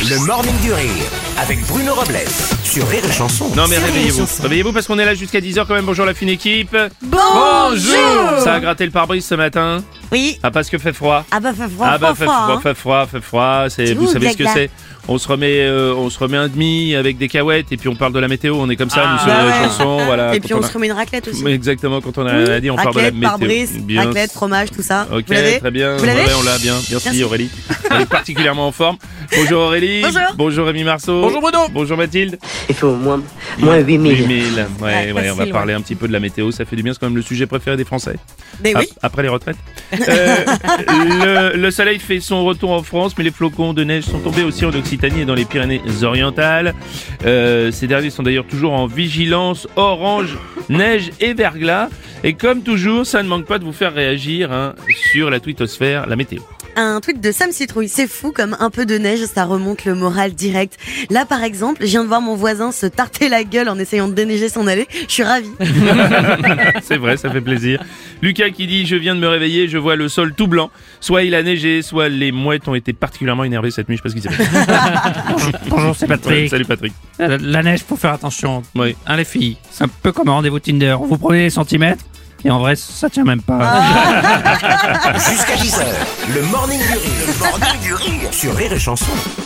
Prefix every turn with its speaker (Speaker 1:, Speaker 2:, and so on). Speaker 1: Le Morning du Rire avec Bruno Robles sur Rire et Chanson.
Speaker 2: Non mais
Speaker 3: Sur les
Speaker 2: réveillez-vous.
Speaker 3: chansons.
Speaker 2: Réveillez-vous parce qu'on est là jusqu'à 10h quand même. Bonjour la fine équipe.
Speaker 3: Bonjour
Speaker 2: Ça a gratté le pare-brise ce matin.
Speaker 3: Oui.
Speaker 2: Ah parce que fait froid.
Speaker 3: Ah bah fait froid,
Speaker 2: ah bah
Speaker 3: froid,
Speaker 2: fait
Speaker 3: froid,
Speaker 2: froid,
Speaker 3: hein.
Speaker 2: fait froid, fait froid, c'est
Speaker 3: C'est
Speaker 2: vous
Speaker 3: où,
Speaker 2: savez ce que
Speaker 3: Black
Speaker 2: c'est. On se remet euh, on se remet un demi avec des cahuètes et puis on parle de la météo, on est comme ça nous sur
Speaker 3: Bah
Speaker 2: les
Speaker 3: ouais.
Speaker 2: chansons, voilà.
Speaker 3: Et puis
Speaker 2: quand
Speaker 3: on
Speaker 2: a-
Speaker 3: se remet une raclette aussi.
Speaker 2: Exactement quand on a rien à dire, on parle de la
Speaker 3: raclette,
Speaker 2: météo.
Speaker 3: pare-brise,
Speaker 2: Bien
Speaker 3: raclette, fromage, tout ça.
Speaker 2: Ok,
Speaker 3: Vous l'avez
Speaker 2: très bien.
Speaker 3: Vous l'avez
Speaker 2: Ouais, on l'a bien. Merci,
Speaker 3: Merci.
Speaker 2: Aurélie. Elle est particulièrement en forme. Bonjour Aurélie.
Speaker 3: Bonjour.
Speaker 2: Rémi Marceau. Bonjour Bruno. Bonjour Mathilde.
Speaker 4: Il fait au moins, moins 8000.
Speaker 2: 8000. Ouais,
Speaker 3: Ouais,
Speaker 2: ouais, on va
Speaker 3: facile,
Speaker 2: parler un petit peu de la météo. Ça fait du bien. C'est quand même le sujet préféré des Français.
Speaker 3: Mais oui.
Speaker 2: Ap- Après les retraites. Euh, le, le soleil fait son retour en France, mais les flocons de neige sont tombés aussi en Occitanie et dans les Pyrénées-Orientales. Euh, ces derniers sont d'ailleurs toujours en vigilance orange, neige et verglas. Et comme toujours, ça ne manque pas de vous faire réagir hein, sur la twittosphère, la météo.
Speaker 3: Un tweet de Sam Citrouille. C'est fou comme un peu de neige, ça remonte le moral direct. Là, par exemple, je viens de voir mon voisin se tarter la gueule en essayant de déneiger son allée. Je suis ravie.
Speaker 2: C'est vrai, ça fait plaisir. Lucas qui dit Je viens de me réveiller, je vois le sol tout blanc. Soit il a neigé, soit les mouettes ont été particulièrement énervées cette nuit, je sais pas ce qui s'est passé.
Speaker 5: Bonjour, c'est
Speaker 2: Ouais,
Speaker 5: Patrick.
Speaker 2: Salut Patrick.
Speaker 5: La, la neige, faut faire attention.
Speaker 2: Oui.
Speaker 5: Hein, les filles, c'est un peu comme un rendez-vous Tinder. Vous prenez les centimètres et en vrai, ça tient même pas.
Speaker 1: Jusqu'à 10h, le Morning du Rire, le Morning du Rire sur Rire et Chanson.